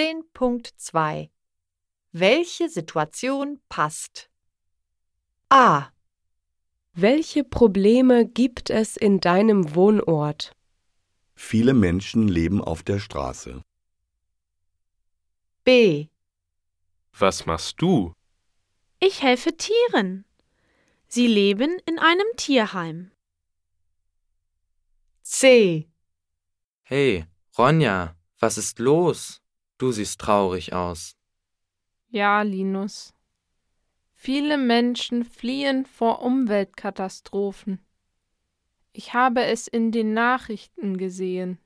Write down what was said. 10.2 Welche Situation passt? A. Welche Probleme gibt es in deinem Wohnort? Viele Menschen leben auf der Straße. B. Was machst du? Ich helfe Tieren. Sie leben in einem Tierheim. C. Hey, Ronja, was ist los? Du siehst traurig aus. Ja, Linus. Viele Menschen fliehen vor Umweltkatastrophen. Ich habe es in den Nachrichten gesehen.